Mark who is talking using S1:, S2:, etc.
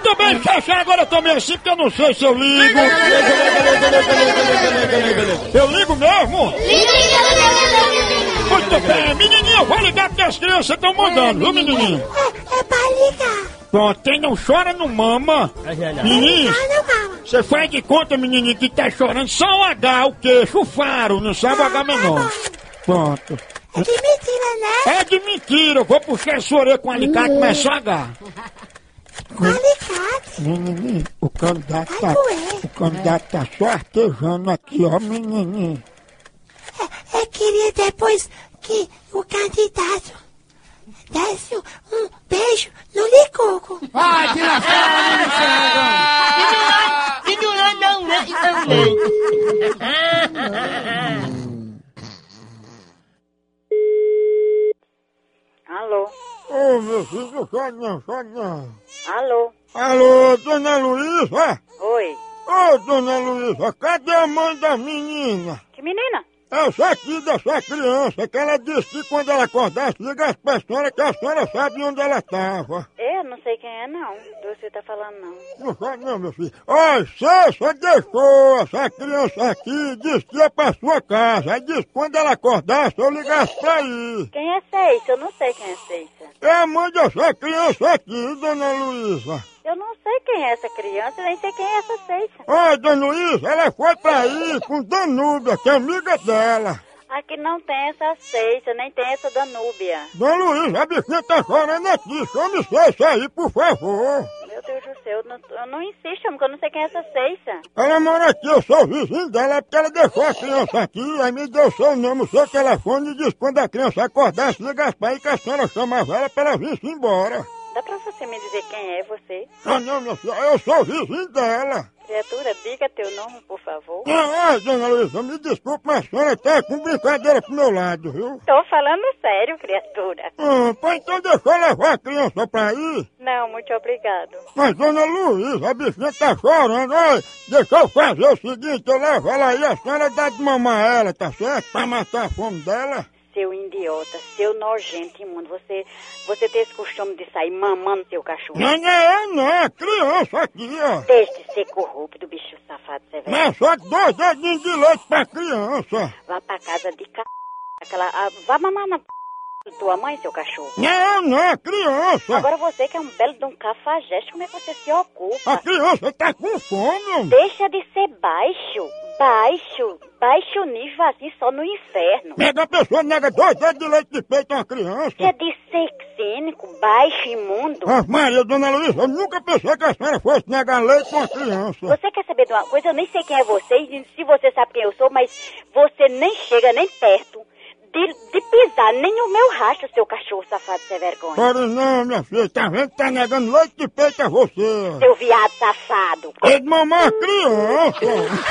S1: também fechar agora também assim, porque eu não sei se eu ligo. Eu ligo mesmo? Muito bem, menininho, vou ligar porque as crianças estão mandando, viu, menininho?
S2: É, é pra ligar.
S1: Pronto, quem não chora não mama. Menininho,
S2: Ah, não, calma.
S1: você faz de conta, menininho, que tá chorando só o H, o queixo, o faro, não sabe o H
S2: Tá
S1: menor. Pronto.
S2: É de mentira, né?
S1: É de mentira, eu vou puxar a sua orelha com alicate, mas só H.
S2: Alicate.
S1: Menininho, o candidato
S2: tá- o
S1: candidato tá só artejando aqui, ó, menininho.
S2: É, Eu queria depois que o candidato desse um beijo no licoco.
S3: Vai, tira a fera, menino cego.
S4: Alô,
S1: Ô, meu filho, só não, só não.
S4: alô,
S1: Alô, dona Luísa?
S4: oi.
S1: Ô, dona Luísa, cadê a mãe da menina? É
S4: Que menina?
S1: Eu só aqui dessa criança, que ela disse que quando ela acordasse, liga pra senhora que a senhora sabe onde ela tava.
S4: Eu não sei quem é, não. Do que você tá falando, não.
S1: Não vai não, meu filho. Ó, você só deixou essa criança aqui, disse que ia pra sua casa. Aí disse que quando ela acordasse, eu ligasse pra aí.
S4: Quem é Ceiça? Eu não sei quem é Ceiça.
S1: É a mãe dessa criança aqui, dona Luísa.
S4: Eu não sei quem é essa criança, eu nem sei quem é essa Ceiça.
S1: Ó, dona Luísa, ela foi pra aí com Danúbia, que é amiga dela.
S4: Aqui não tem essa Ceiça, nem tem essa Danúbia.
S1: Dona Luísa, a bichinha tá chorando aqui. Chame Ceiça aí, por favor.
S4: Meu Deus do céu, eu não, eu não insisto, porque eu não sei quem é essa Ceiça.
S1: Ela mora aqui, eu sou o vizinho dela, é porque ela deixou a criança aqui, aí me deu seu nome, seu telefone e disse que quando a criança acordasse, ligasse pra aí que a senhora chamava ela pra ela vir-se embora.
S4: Dá pra você me dizer quem é você?
S1: Ah não, minha filha, eu sou o vizinho dela.
S4: Criatura, diga teu nome, por favor.
S1: Ah, ah, dona Luísa, me desculpe, mas a senhora tá com brincadeira pro meu lado, viu?
S4: Tô falando sério, criatura.
S1: Ah, pô, então deixa eu levar a criança pra aí.
S4: Não, muito obrigado.
S1: Mas, dona Luísa, a bichinha tá chorando, olha. Deixa eu fazer o seguinte, eu levo ela aí, a senhora dá de mamar ela, tá certo? Pra matar a fome dela.
S4: Seu idiota, seu nojento imundo, você, você tem esse costume de sair mamando seu cachorro.
S1: Não, não é eu não, é criança aqui, ó.
S4: Deixe de ser corrupto, bicho safado, severo.
S1: Mas só dois dedinhos de leite pra criança.
S4: Vá pra casa de c... Aquela, ah, vá mamar na p... de tua mãe, seu cachorro.
S1: Não é eu não, é criança.
S4: Agora você que é um belo de um cafajeste, como é que você se
S1: A
S4: ocupa?
S1: criança tá com fome, homem.
S4: Deixa de ser baixo, baixo, baixo nível assim só no inferno.
S1: Pega a pessoa, nega dois dedos de leite de peito a uma criança.
S4: Deixa de ser cínico, baixo, imundo.
S1: Ah, Maria, dona Luísa, eu nunca pensei que a senhora fosse negar leite pra uma criança.
S4: Você quer saber de uma coisa? Eu nem sei quem é você e se você sabe quem eu sou, mas você nem chega nem perto de, de pisar nem o meu rastro, seu cachorro safado sem vergonha.
S1: Ora não, minha filha, tá vendo que tá negando leite de peito a você.
S4: Seu viado safado.
S1: É de mamar a criança.